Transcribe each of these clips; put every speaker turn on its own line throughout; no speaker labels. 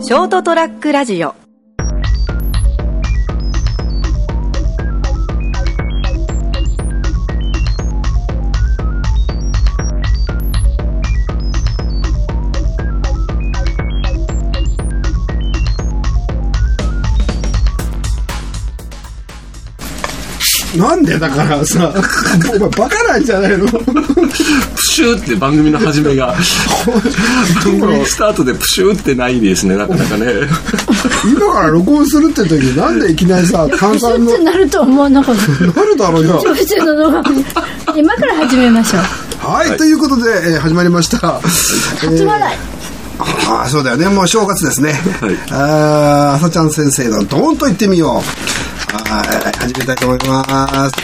ショートトラックラジオ
なんでだからさ、お前バカなんじゃないの
プシューって番組の始めが番組スタートでプシューってないですねなかなかね
今から録音するって時になんでいきなりさ、
プ
換
シュ
算の
ッ、てなると思うな この
なるだろうよ。
プシュッの動画今から始めましょう
はい、ということで、えー始まりました。
初笑い
ああ、そうだよね。もう正月ですね。
い
ああ、朝ちゃん先生のドーンと言ってみよう。はい、始めたいと思います。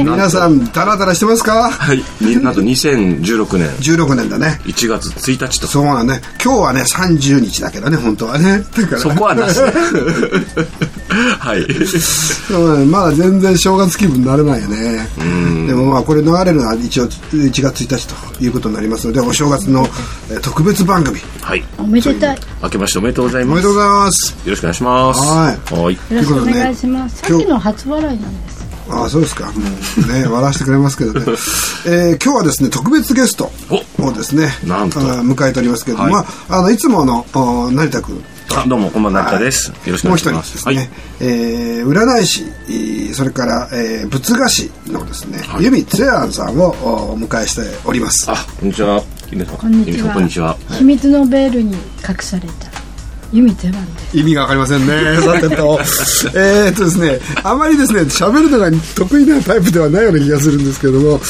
皆さん、ダラダラしてますか
はいみんなと2016年
?16 年だね。
1月1日と
そうだね。今日はね、30日だけどね、本当はね。だから
そこはなしはい
そうね、まだ全然正月気分になれないよねでもまあこれ流れるのは一応1月1日ということになりますのでお正月のえー特別番組
はい
おめでたい
明けましておめでとうござい
お
ま
めで
す
とうございます
よろしくお願いします
はい
はい
よろしくお願いします
と
さ
いう
っ
ことでね
きの初笑いなんです
ああそうですかもう ね笑わせてくれますけどね、えー今日はですね特別ゲストをですね
おなんと
あー迎えておりますけれども、
はい
まあ、あのいつものあー成田君
あどうもこんばんは成田です、よろしくお
もう
願い
一人
しま
ですすね、えー占い師えーそれから、えー仏画師のですね、
い
由美つやんさんをおお迎えしております
はいあこんにちは姫様
こんにち
姫様
は
こんにちは
秘密のベールに隠された弓手番です
意味がわかりませんね。さてと。えーっとですね、あまりですね、喋るのが得意なタイプではないような気がするんですけども、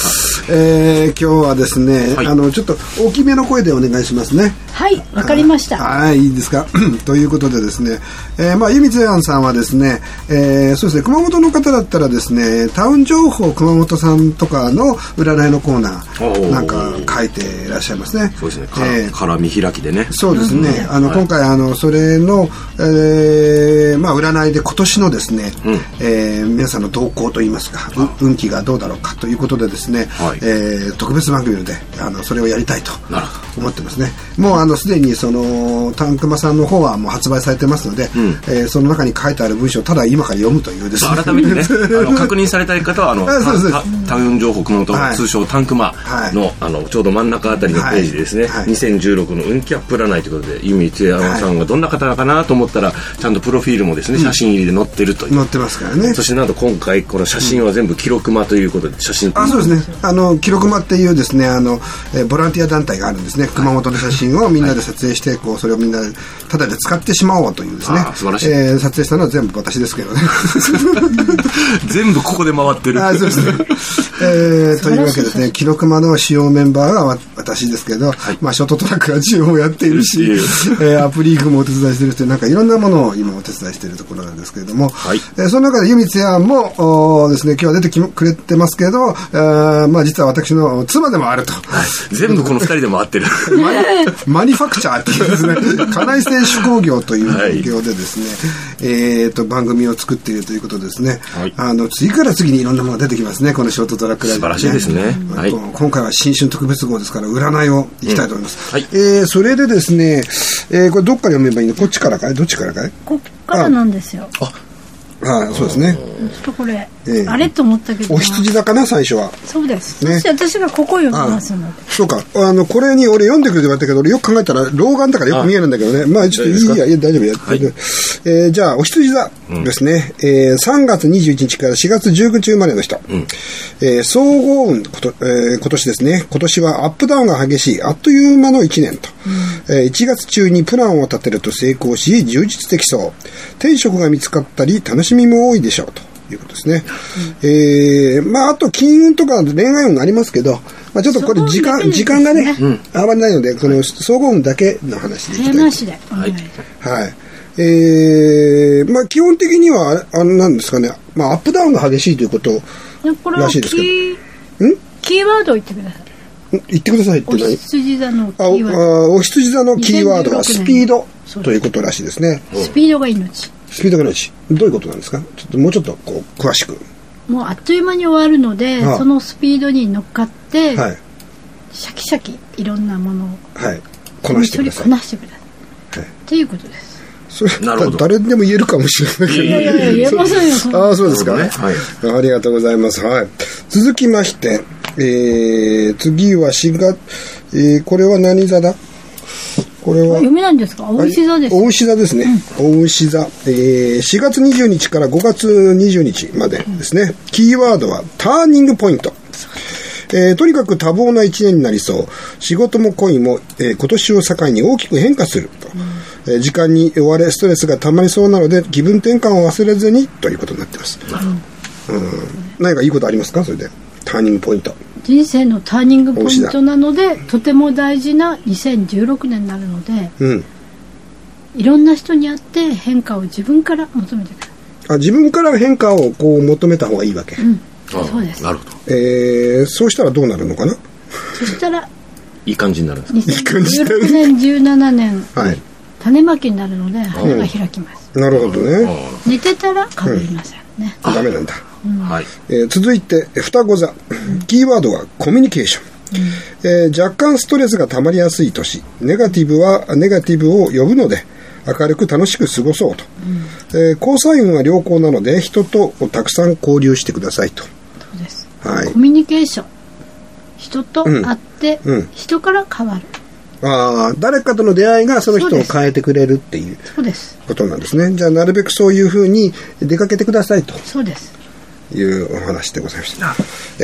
えー今日はですね、
はい
あの、ちょっと大きめの声でお願いしますね。
はいわかりました
はい、いいですか。 ということでですね、えーまあ、ゆみつやんさんはですね、えーそうですね、熊本の方だったらですね、タウン情報熊本さんとかの占いのコーナ
お
ー
ー
なんか書いていらっしゃいますね。
そうですねか、
えー
から見開きでね
そうですね、あの、
はい
今回あのそれの、えーまあ、占いで今年のですね、
うん
えー皆さんの動向といいますかう運気がどうだろうかということでですね、
はい
えー特別番組であのそれをやりたいと
なるほ
思ってますねもうあのすでにそのタンクマさんの方はもう発売されてますので、
ん
えーその中に書いてある文章をただ今から読むというですね
改 めてねあの確認されたい方はあの
あそうです
たたタウン情報熊
は
本
い
通称タンクマ
はい
の,、あのちょうど真ん中あたりのページでですね、
はいはい
2016の運気アップ占いということで由美千恵さんがどんな方かなと思ったらちゃんとプロフィールもですね写真入りで載ってるという、
載ってますからね
そしてなんと今回この写真は全部記録マということで写真
あ そうですねあの記録間っていうですねあの、えーボランティア団体があるんですね熊本の写真をみんなで撮影して、こうそれをみんなでタダで使ってしまおうというですね
あー素晴らしい
えー撮影したのは全部私ですけどね
全部ここで回ってる
あーそう ですね、えーというわけでですね記録間の主要メンバーがわ私ですけど、まあ、ショートトラックが中央をやっているし
いえいえ
えーアプリーグもお手伝いしてるというなんかいろんなものを今お手伝いしているところなんですけれども、
はい
えーその中で由美つやんもおーですね今日は出てきくれてますけど、えーまあ、実は私の妻でもあると。
全部この二人で回ってる
マニマニファクチャーっていうですね、家内製手工業という企業でですね、えっと、番組を作っているということですね
はい。
あの、次から次にいろんなものが出てきますね、このショートトラックライブ、
素晴らしいですねはい
こう今回は新春特別号ですから、占いをいきたいと思います。
うんはい
えーそれでですね、えーこれどっから読めばいいのこっちからかいどっちからかい
こっからなんですよちょ
ああ、そうですね。
っとこれ
ええ
あれと思ったけど
お羊座かな、最初は。
そうです
ね
そして私がここ読み
あ
ますので
そうか。あの、これに俺読んでくれて言われたけど、俺よく考えたら老眼だからよく見えるんだけどね。まあ、ちょっといいや、いや大丈夫や。大丈夫えーじゃあ、お羊座ですね。えー3月21日から4月19日生まれの人。えー総合運こと、えー今年ですね。今年はアップダウンが激しい、あっという間の1年と。えー1月中にプランを立てると成功し、充実できそう。転職が見つかったり、楽しみも多いでしょうと。いうことですね。えーまあ、あと、金運とか恋愛運がありますけど、まあ、ちょっとこれ時
そ
間、
こ
時間がね
ですね、
あまりないので、この総合運だけの話でいきたいと思い
手
ま
な
す。
しでお願いします
はい。えーまあ、基本的には、あれあれなんですかね、まあ、アップダウンが激しいということを、ん
でこれ
ら
は
し
キ
いですけど
ーキーワードを言ってください
言ってくださいって
お
何
羊座のキ
あお
ーワード
あお羊座のキーワードは
2016
スピード
そうです
ということらしいですね。
スピードが命
スピードが命。どういうことなんですかちょっともうちょっとこう詳しく。
もうあっという間に終わるので、
はい
そのスピードに乗っかって、
はい。
シャキシャキいろんなものを
はい。こなしてください
こ。なしてください
はい
っていうことです
それ
なるほど
誰でも言えるかもしれないけど
いやいや言えませんよそんな
ああ、そうですか、
なるほどね
ありがとうございます。はい。続きまして、えー、次は4月、えー、これは何座だこれは
読。めないんですか大石座です
大牛座ですね。大牛座。えー、4月20日から5月20日までですね。キーワードはターニングポイント。えーとにかく多忙な一年になりそう。仕事も恋も、えー今年を境に大きく変化すると。えー時間に追われ、ストレスが溜まりそうなので、気分転換を忘れずにということになってます。うん。何かいいことありますかそれで。ターニングポイント。
人生のターニングポイントなのでとても大事な2016年になるので
うん。
いろんな人に会って変化を自分から求めてくる
あ、自分から変化をこう求めた方がいいわけ。
ああ
そうです
なるほど。
えー、そうしたらどうなるのかな
そしたら
いい感じになるんですね。
2016年17年
はい。
種まきになるので花が開きます
なるほどね。
寝てたらかぶりませんね
ダメなんだ。
はい。
えー続いて、双子座。キーワードはコミュニケーション。えー若干ストレスが溜まりやすい年。ネガティブは、ネガティブを呼ぶので、明るく楽しく過ごそうと。えー交際運は良好なので、人とたくさん交流してくださいと。
そうです
はい
コ。ミュニケーション人と会って
うんうん
人から変わる
ああ、誰かとの出会いがその人
そう
を
です
変えてくれるっていう
そうです
ことなんですね。じゃあ、なるべくそういうふうに出かけてくださいと。
そうです
いうお話でございました。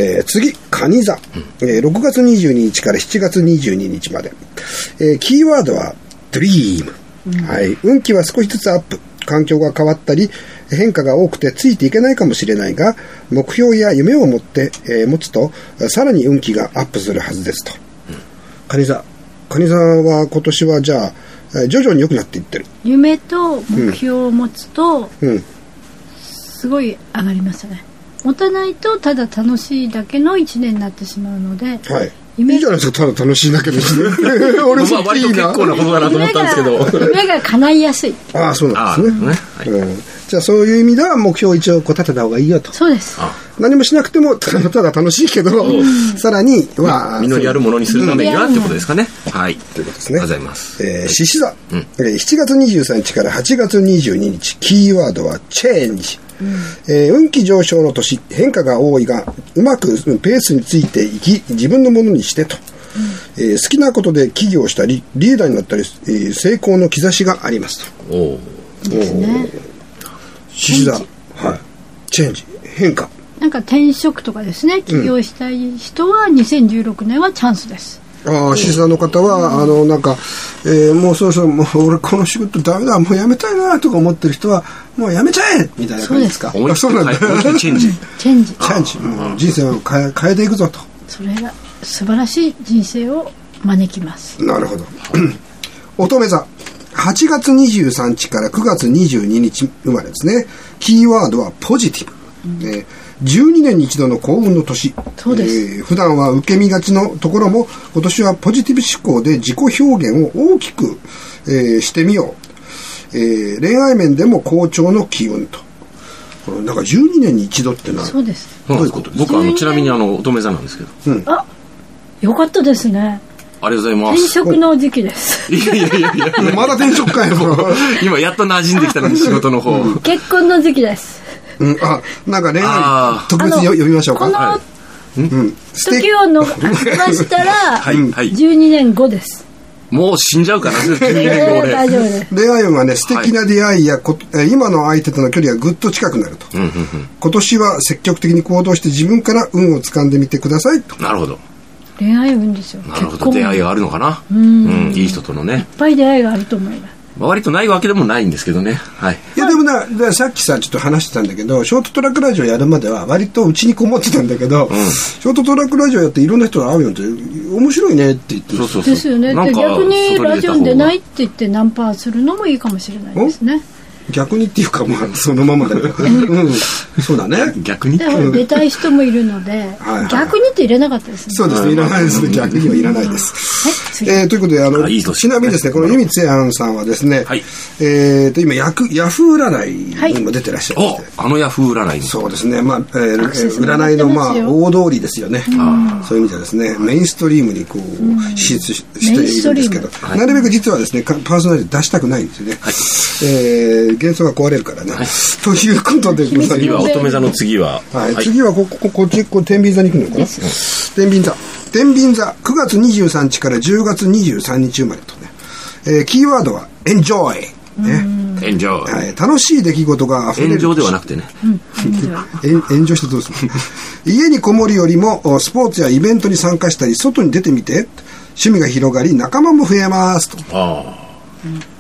えー次、カニ座、えー6月22日から7月22日まで。えーキーワードは、ドリーム、はい。運気は少しずつアップ。環境が変わったり、変化が多くてついていけないかもしれないが、目標や夢を持って、えー持つと、さらに運気がアップするはずですと。カニ座。カニ座は今年はじゃあ、えー徐々に良くなっていってる。
夢と目標を持つと
うん。
すごい上がりますね持たないとただ楽しいだけの1年になってしまうので、
はい。
夢
いいじゃないですか、ただ楽しいだけです ね。俺
まあ割と結構なことだなと思ったんですけど。
夢が夢が叶いやすい
ああ、そう
あ
な
あ、
んで
なる
す
ほ
ね。
どね。は
う
い。
ん、じゃあそういう意味では目標を一応こう立てた方がいいよと。
そうです
あ
何もしなくても ただただ楽しいけど、さらに、まあ、
実りあるものにするためには
うん
ってことですかね。はい。という
ことですね
ございます。
えー、獅子座、えー7月23日から8月22日、キーワードはチェンジ。えー運気上昇の年、変化が多いが、うまくうんペースについていき、自分のものにしてと。えー好きなことで起業したり、リーダーになったり、えー成功の兆しがありますと。
おお。
ですね
獅子座。はい。チェンジ。変化。
なんか転職とかですね起業したい人は2016年はチャンスです、
ああ、獅子座の方は、あの、なんか、えーもうそろそろ、もう俺この仕事ダメだ、もうやめたいな、とか思ってる人は、もうやめちゃえみたいな感じですか。
思い
あ
っき
そう
り
なん
は
だ。
い思いっきりチェンジ。
チェンジ
チャンジ、もう人生を変え変えていくぞと。
それが素晴らしい人生を招きます
なるほど。 乙女座。8月23日から9月22日生まれですね。キーワードはポジティブ。えー12年に一度の幸運の年。
そうです
えー普段は受け身がちのところも、今年はポジティブ思考で自己表現を大きく、えーしてみよう、えー恋愛面でも好調の機運と。これ、なんか12年に一度ってのは
そうです
どういうこと僕はあの、ちなみにあの、乙女座なんですけど。
あよかったですね
ありがとうございま
転
す。
職の時期です
いやいやいやいや。
まだ転職かよ。
今やっと馴染んできたのに仕事の方。
結婚の時期 です
うん、あ、なんか恋
あ
愛、
ー
特別に
あの
読みましょう
こ
か。
の
うん。素敵
時を逃したら
はい、はい。
12年後です、
もう死んじゃうかな、12
え
年後
ー
俺。
大丈夫です
恋愛運はね、素敵な出会いやこ、えー今の相手との距離がぐっと近くなると。今年は積極的に行動して自分から運を掴んでみてくださいと。
なるほど。
恋愛運ですよ
なるほ
結
ど。
婚
出会い
いっ
があるのかな。うん。いい人とのね。
ぱい出会いがあると思います
まあ割とないわけでもないんですけどね。はい。
いやでもな、でさっきさ、ちょっと話してたんだけど、ショートトラックラジオやるまでは割とうちにこもってたんだけど、ショートトラックラジオやっていろんな人と会うよって、面白いねって言って
そうそうそう。
ですよね
なん
で
か
逆にラジオに出ない
外
って言ってナンパするのもいいかもしれないですね
逆にっていうか、まあ、そのままだけ ど。うん。そうだね。
逆に
だから出たい人もいるので
はいはい
逆にって入れなかったですね
そうですね。いらないですね。逆にはいらないです。
はい次
えー、ということで、あの、
あいいぞ
ちなみにですね、このユミツヤンさんはですね、
はい
えーと、今、ヤクヤフー占いにも出てらっしゃるんですね。
おあのヤフー占いの
そうですね、まあえーえ
アクセス
ー
も
占いの、
やって
ま
ま
あ
す、よ
大通りですよね、そういう意味ではですね、メインストリームにこう、進出ししているんですけど
メインス、
ム
なるべく実はですね、かパーソナリティ出したくないんですよね、えー幻想が壊れるからね。ということでござい
次は
ます。
乙女座の次は、
はい、
はい
次はここここっちこう天秤座に行くのかな、天秤座天秤座9月23日から10月23日生まれとね、えーキーワードは「エンジョイ」ね
炎上、
はい、楽しい出来事が溢れる
炎上ではなくてね、
えん炎上してどうするの家にこもるよりもおスポーツやイベントに参加したり外に出てみて趣味が広がり仲間も増えますと
あ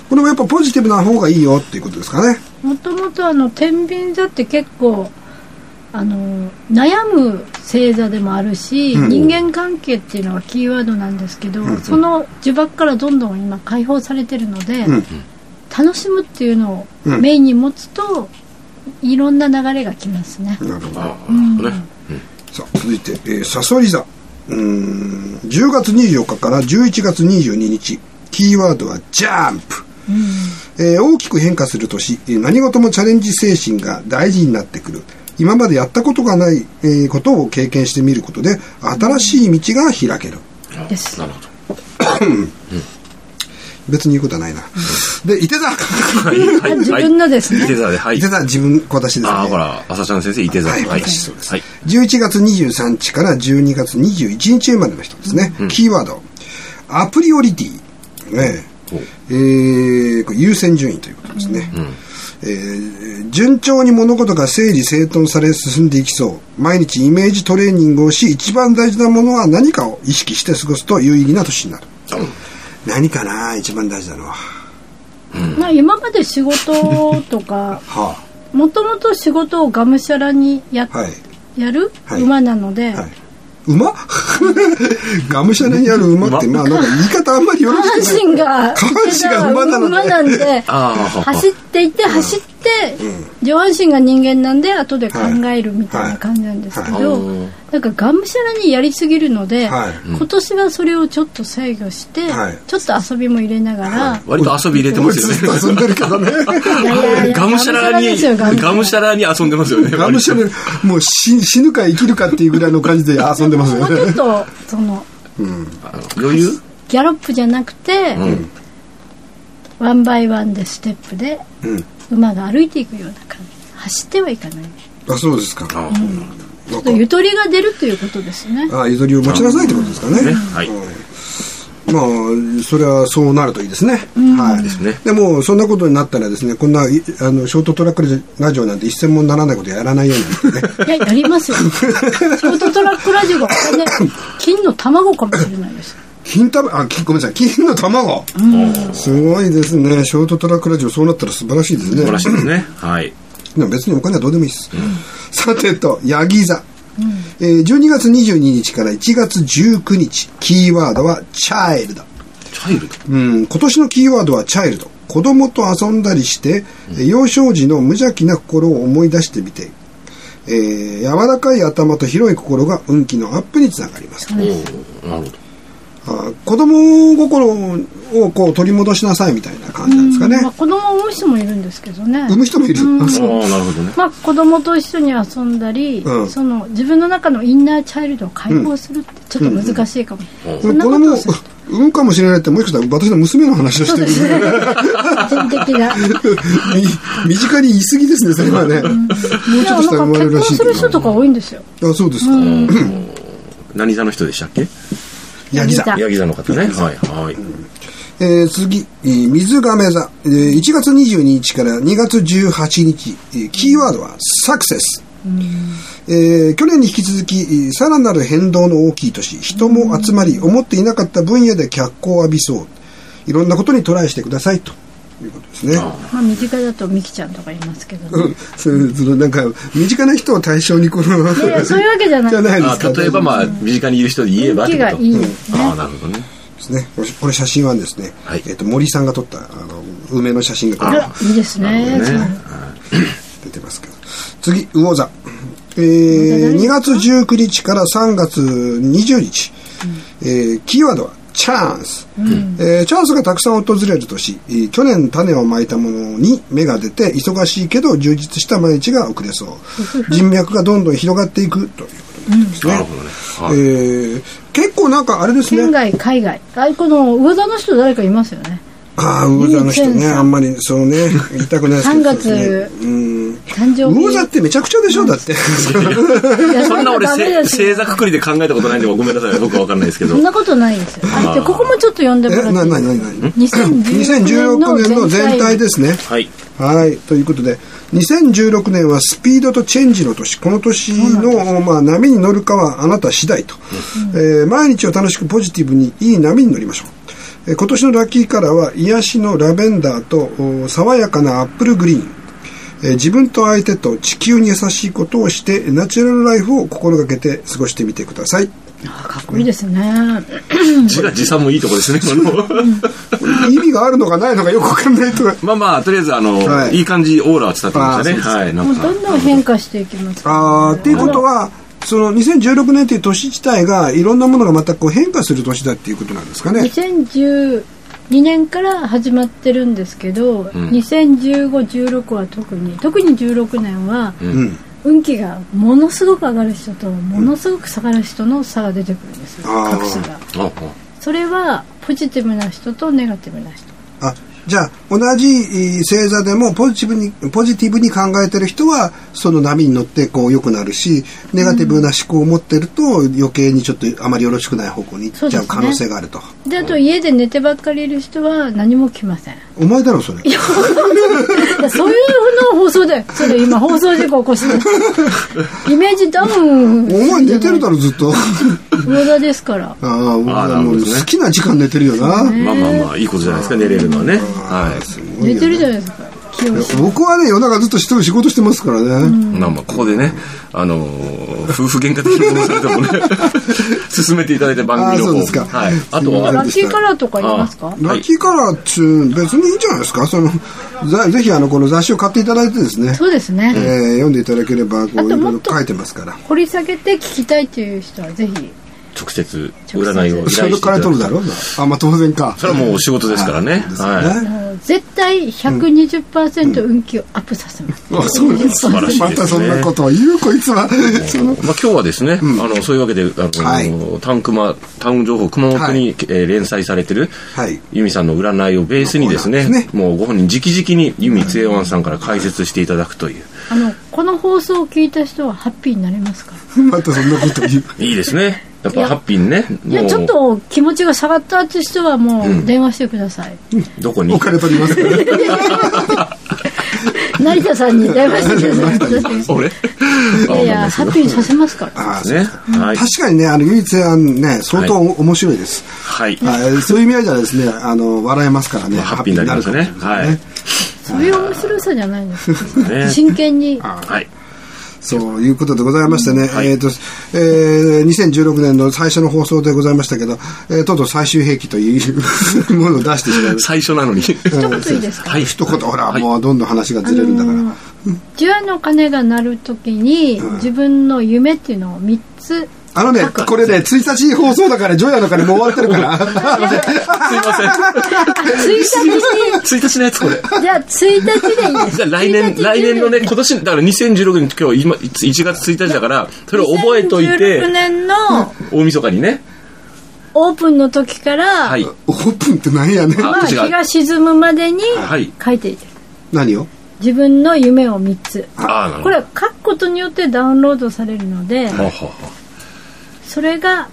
これもやっぱポジティブな方がいいよっていうことですかね
もともとあの天秤座って結構あの悩む星座でもあるし、人間関係っていうのがキーワードなんですけど、その呪縛からどんどん今解放されてるので、
ん
楽しむっていうのを
うん
メインに持つと、いろんな流れがきますね。
なるほど
あああね
さあ続いて、えー、サソリ座うーん10月24日から11月22日キーワードは「ジャンプ」えー大きく変化する年えー何事もチャレンジ精神が大事になってくる今までやったことがない、えーことを経験してみることで新しい道が開ける、
です
なるほど
別に言うことはないな、でいて座
はい
自分のですね
いて座ではい
いて座自分小出しですね
ああほら朝ちゃん先生いて座
はい
はい
私そうです
はい
11月23日から12月21日生まれの人ですね、キーワードアプリオリティ、ね
ほう
えーこれ優先順位ということですね、えー順調に物事が整理整頓され進んでいきそう毎日イメージトレーニングをし一番大事なものは何かを意識して過ごすと有意義な年になる何かな一番大事なのは
まあ今まで仕事とか
は
もともと仕事をがむしゃらにや,、
あはい
やる、
はい
馬なので、
はい馬 がむしゃらにある馬ってまあなんか言い方あんまりよろしくない
下半身が
下半身が馬なので
馬なんで
あー
走っていって走って、上半身が人間なんで後で考えるみたいな感じなんですけど、
はい
はいはい
なんかがむしゃらにやりすぎるので、
はい
今年はそれをちょっと制御して、
はい
ちょっと遊びも入れながら、
割と遊び入れてますよ
ずっと
ね
遊んでるけどね。
いやいやいや
がむしゃらにがむしゃらに遊んでますよね
がむしゃら、もう死死ぬか生きるかっていうぐらいの感じで遊んでます
も
よ
うちょ
ね
っ。とその
あの余裕
ギャロップじゃなくて、
ん
ワンバイワンでステップで
うん。
馬が歩いていくような感じ走ってはいかない
あ、そうですか。
あ
ちょっとゆとりが出るということですね
あ、ゆとりを持ちなさいってことですかね。
ねはい
まあ、それはそうなるといいですね。はい。です
ね
でも、そんなことになったらですね、こんな、いあの、ショートトラックラジオなんて一銭もならないことやらないように なってね。
いや、やりま すよ。ショートトラックラジオがこれね、金の卵かもしれないです。
金玉、あ、金ごめんなさい、金の卵。すごいですね。ショートトラックラジオ、そうなったら素晴らしいですね。
素晴らしいですねはい
でも別にお金はどうでもいいです。さてと、ヤギ座。えー12月22日から1月19日、キーワードはチャイルド。
チャイルド
うん、今年のキーワードはチャイルド。子供と遊んだりして、えー幼少時の無邪気な心を思い出してみて、えー柔らかい頭と広い心が運気のアップにつながります。
おおなるほど
あー子供心をこう取り戻しなさいみたいな感 じなんですかね
まあ、。子供を産む人もいるんですけどね。
産む人もいる。あそう
ああなるほどね
まあ、子供と一緒に遊んだり、
うん
その自分の中のインナーチャイルドを解放するってちょっと難しいかも、
うん
そ
子
んなこと
供
を
を
する
産むかもしれないってもしかしたら私の娘の話をし
そう
て
で
る
すね 人的な
み身近に言い過ぎですね、それはね。もう
で
ちょっと
も
したら生
なん
ま
か
れる
結
ら
婚
しい
す
け
る人と
ど。
か多いんですよ
あ、そうですか。
何座の人でしたっけ
ヤギ座。
ヤギ座の方ねはいはい
えー次、えー水亀座。えー1月22日から2月18日、えーキーワードはサクセス。えー去年に引き続き、えーさらなる変動の大きい年、人も集まり、思っていなかった分野で脚光を浴びそう。いろんなことにトライしてください、ということですね。
まあ身近だとミキちゃんとかいますけど、ね
うん、 それそのなんか身近な人を対象にこの
いやそういうわけじゃな い
じゃないです
あ
か
例えばまあ身近にいる人で言えばっ
運
て
気
こ
が
と
いいですね
ああなるほどね
ですねこれこれ写真はですね、
はい
えっと森さんが撮ったあの梅の写真がこ
あ
う
らいいですね
ね
出てますけど。次、魚座。えー、2月19日から3月20日、えーキーワードはチャンス、えーチャンスがたくさん訪れる年、えー去年種をまいたものに芽が出て忙しいけど充実した毎日が遅れそう人脈がどんどん広がっていくということなんですね、
なるほどね。はい
えー結構なんかあれです
県
ね
外海外あこの魚座の人誰かいますよね
ああ魚座の人
二千
ね
三
あんまりそのね言いたくないですけど
3月
そうですねうん
誕生日
魚座ってめちゃくちゃでしょだって
いや
そんな俺、
ダメ
せ
ですよ
星座くくりで考えたことないんで、ごめんなさい。僕はわかんないですけ
そ
ど
ん。なことないですよあでここもちょっと読んでもら
え
って
ない
い
なになに2016
2016年
年
の
の全
全
体
体
ですね。
はい。
はい。ということで、2016年はスピードとチェンジの年。この年の、まあ、波に乗るかはあなた次第と、えー毎日を楽しくポジティブにいい波に乗りましょう。えー今年のラッキーカラーは、癒しのラベンダーと、お爽やかなアップルグリーン。えー自分と相手と地球に優しいことをして、ナチュラルライフを心がけて過ごしてみてください。
かっこいいですね
自画自賛もいいとこですね。この
意味があるのかないのかよくわかんないとか。
まあまあ、とりあえず、あの、
はい
いい感じオーラは伝わってましたね。はい。なん
もうど
か。
んどん変化していきますから
あーっていうことは、その2016年という年自体がいろんなものがまたこう変化する年だっていうことなんですかね。
2012年から始まってるんですけど、201516は特に特に16年は、
うん。
運気がものすごく上がる人とものすごく下がる人の差が出てくるんですよ、
あー
各種が
あ
それはポジティブな人とネガティブな人
あ、じゃあ同じえー星座でもポジティブに、ポジティブに考えてる人はその波に乗ってこう良くなるし、ネガティブな思考を持ってると余計にちょっとあまりよろしくない方向に行っちゃう可能性があると。
であと家で寝てばっかりいる人は何も来ません い
お前だろ、それ。
やそういうのを放送でそれ今放送事故起 こしてイメージダウン
お前寝てるだろ、ずっ と。
上田ですから
ああ、
あーなる
も
ほ
う
どね
好きな時間寝てるよな。
まあまあまあ、いいことじゃないですか、寝れるのはね。は
寝てるじゃないですか気を
僕はね、夜中ずっと一人仕事してますからね。
い。まあまあ、ここでね、あのー、夫婦喧嘩的に戻されて もね、進めていただいて番組の
あーそう
方
ですか
はい。あと
すいませ
は
ん
ラ、ッキーカラーとか言いますか
あ
ラッキーカラーっちゅう、別にいいんじゃないですかその、ざぜひあの、この雑誌を買っていただいてですね、
そうですね、
えー読んでいただければ、こう、
あ
い
と
ろい
も
ろ
っと
書いてますから。
掘り下げて聞きたいっていう人はぜひ
直接、占いを依頼して
そ
い
れ
た
か
だ
ら
いて
取るだろうなあ、まあ当然か。
それはもうお仕事ですからね。はい。
ね
もう絶対120%運気をアップさせます、
あそうなんです
素晴らしいですね
またそんなことを言う、こいつは。そ
まあ
の、
今日はですね、あのそういうわけで、あの、
はい
タウンクマタウン情報熊本に、
はい
えー連載されてる、
はい
由美さんの占いをベースにですね、
そうなんです
もうご本人直々に由美つえわんさんから解説していただくという。
あのこの放送を聞いた人はハッピーになりますから
またそんなこと 言う。
いいですね。やっぱハッピーにね。
いや
もう
ちょっと気持ちが下がったって人はもう電話してください、
どこに
お金取りますから。
成田さんに電話してください 私
俺
いやいやハッピーにさせますから
あー
ね。はい。
確かにね、あの、唯一案ね、相当お面白いです。
はい。
はい、そういう意味合いじゃですね、あの、笑えますからね。
ハッピーになります
ハ
ね。
ッピーになるかもしれない
は
で
い
す。ね
そういう面白さじゃないんですよ
ね
真剣に
はい。
そういうことでございましてね、
はい
えっ、と、えー、2016年の最初の放送でございましたけど、えーとうとう最終兵器というものを出してしまい まし
最初なのに。
一言いいですか、
はい。
た。一言、ほら、
はい
もうどんどん話がずれるんだから。
十の鐘が鳴る時に自分の夢っていうのを3つ
あのね、これね、1日放送だから、ジョヤの鐘もう終わってるから。
すいません。
1日に
1日のやつこれ。
じゃあ1日でいいです
じゃあ来年、来年のね、今年、だから2016年、今日、今、1月1日だから、それを覚えとい
2016
て、
年の
大晦日にね。
オープンの時から、
はい。
オープンって何やねん。
まあ、
あ
日
違う
が沈むまでに
はい
書いていて
何よ
自分の夢を3つ
ああ、なるほ
これ
ど。
は書くことによってダウンロードされるので
ほうほうほう
それが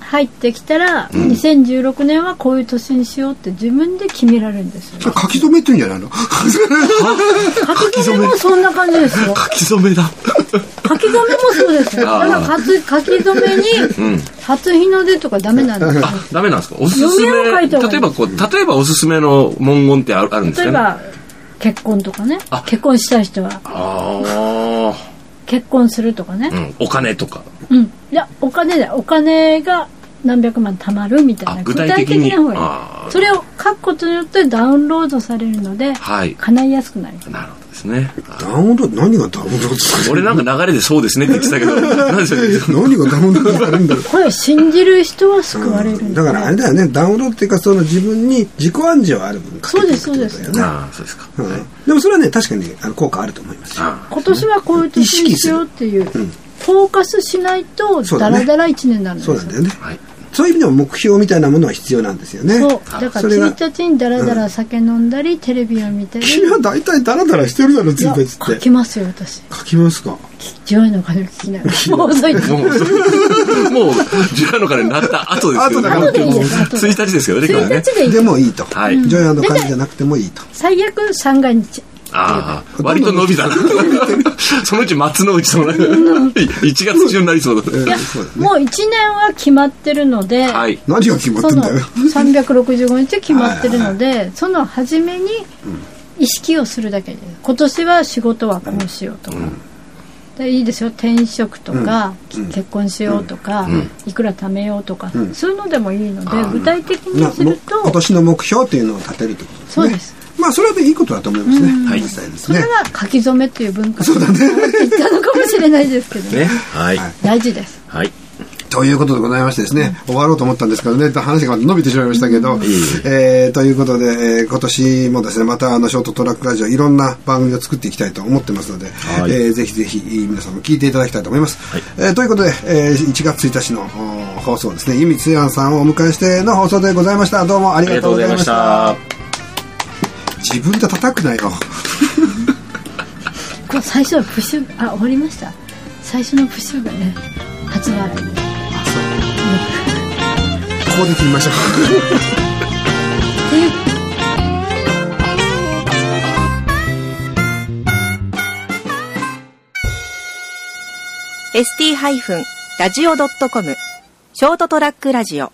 入ってきたら、2016年はこういう年にしようって自分で決められるんですよ
書き留めって言うんじゃない の
書き初めもそんな感じです
書
よ
き初めだ。
書き初めもそうですよだ
あ
か
あ
ら初書き初めに初日の出とかダメなん ですよ
ダメなんですかおすすめ。
読みを書いてもいい
例えばこう、例えばおすすめの文言ってあるあるんです
例え
かね。
ば結婚とかね
あ
結婚したい人は
ああ。
結婚するとかね
う、ん、お金とか。
うん、いやお金だよお金が何百万貯まるみた
あ
いな
具体的に
な方が
あ
い
ー
いそれを書くことによってダウンロードされるので、
はい。
叶いやすくなります
なるほどですね。あ
ダウンロード、何がダウンロードされ
俺
る
なんか流れでそうですねって言ってたけ ど、なんでしょうね。
何がダウンロードされるんだろう。
これを信じる人は救われるん
だからあれだよね、ダウンロードっていうか、その自分に自己暗示はある分かけていく
そうです
ってことだよね
ああ、そうですか。はい
うんでもそれはね、確かにあの効果あると思いますよ。
あ
今年はこういう年にしようっていう、フォーカスしないと
そう
ダ
だね
ラダラ一年になるんです
そう
よ
なんだよね。
あはい。
そういう意味でも目標みたいなものは必要なんですよね。
そうだから
それが
1日にダラダラ酒飲んだり、テレビを見たり
君は大体ダラダラしてるだろ、
い
1
や
日
書
って。
きますよ私
書きますか。
ジョイの鐘を聞きながらもう遅いです
もう、もう、ジュラの鐘になった後ですよね。
後だ
から後でいいです後で
1日ですけどね、今日
1
ね。
日でいい
でもいいと。
はい
ジョイアンの感じじゃなくてもいいと。
最悪三が日
ああ、割と伸びたな。 そのうち松の内そうな。1月中になりそうだ。
え
いや
ーそうだね
もう一年は決まってるので、
はい。
何が決まっ
そ
てん
の
だよ。
365日決まってるので、その初めに意識をするだけです今年は仕事はこうしようとか、でいいですよ転職とか、き結婚しようとか、いくら貯めようとか、そういうのでもいいので、具体的
な
にす
も
る
今
と
年の目標っていうのを立てるってことです
そう
ね。
です
まあ、それはねいいことだと思いますね。はい。実際です
そ
ね
れ。が書き初めという文化になっていったのかもしれないですけど、
ね。はい。
大事です
はい。
ということでございましてですね、終わろうと思ったんですけどね、話が伸びてしまいましたけど、えーということで、えー今年もですね、またあの、ショートトラックラジオ、いろんな番組を作っていきたいと思ってますので、
はい
えーぜひぜひ皆さんも聞いていただきたいと思います。えーということで、えー1月1日のおー放送ですね、ゆみつやんさんをお迎えしての放送でございました。どうもあり
あり
がと
がと
う
う
ご
ご
ざいま
ざいま
し。
したた。
自分で叩くなよ。
こう最初はプッシュあ終わりました最初のプッシュがね初笑いです
ここで切りましょう。
っていう
ー ST-radio.com ショートトラックラジオ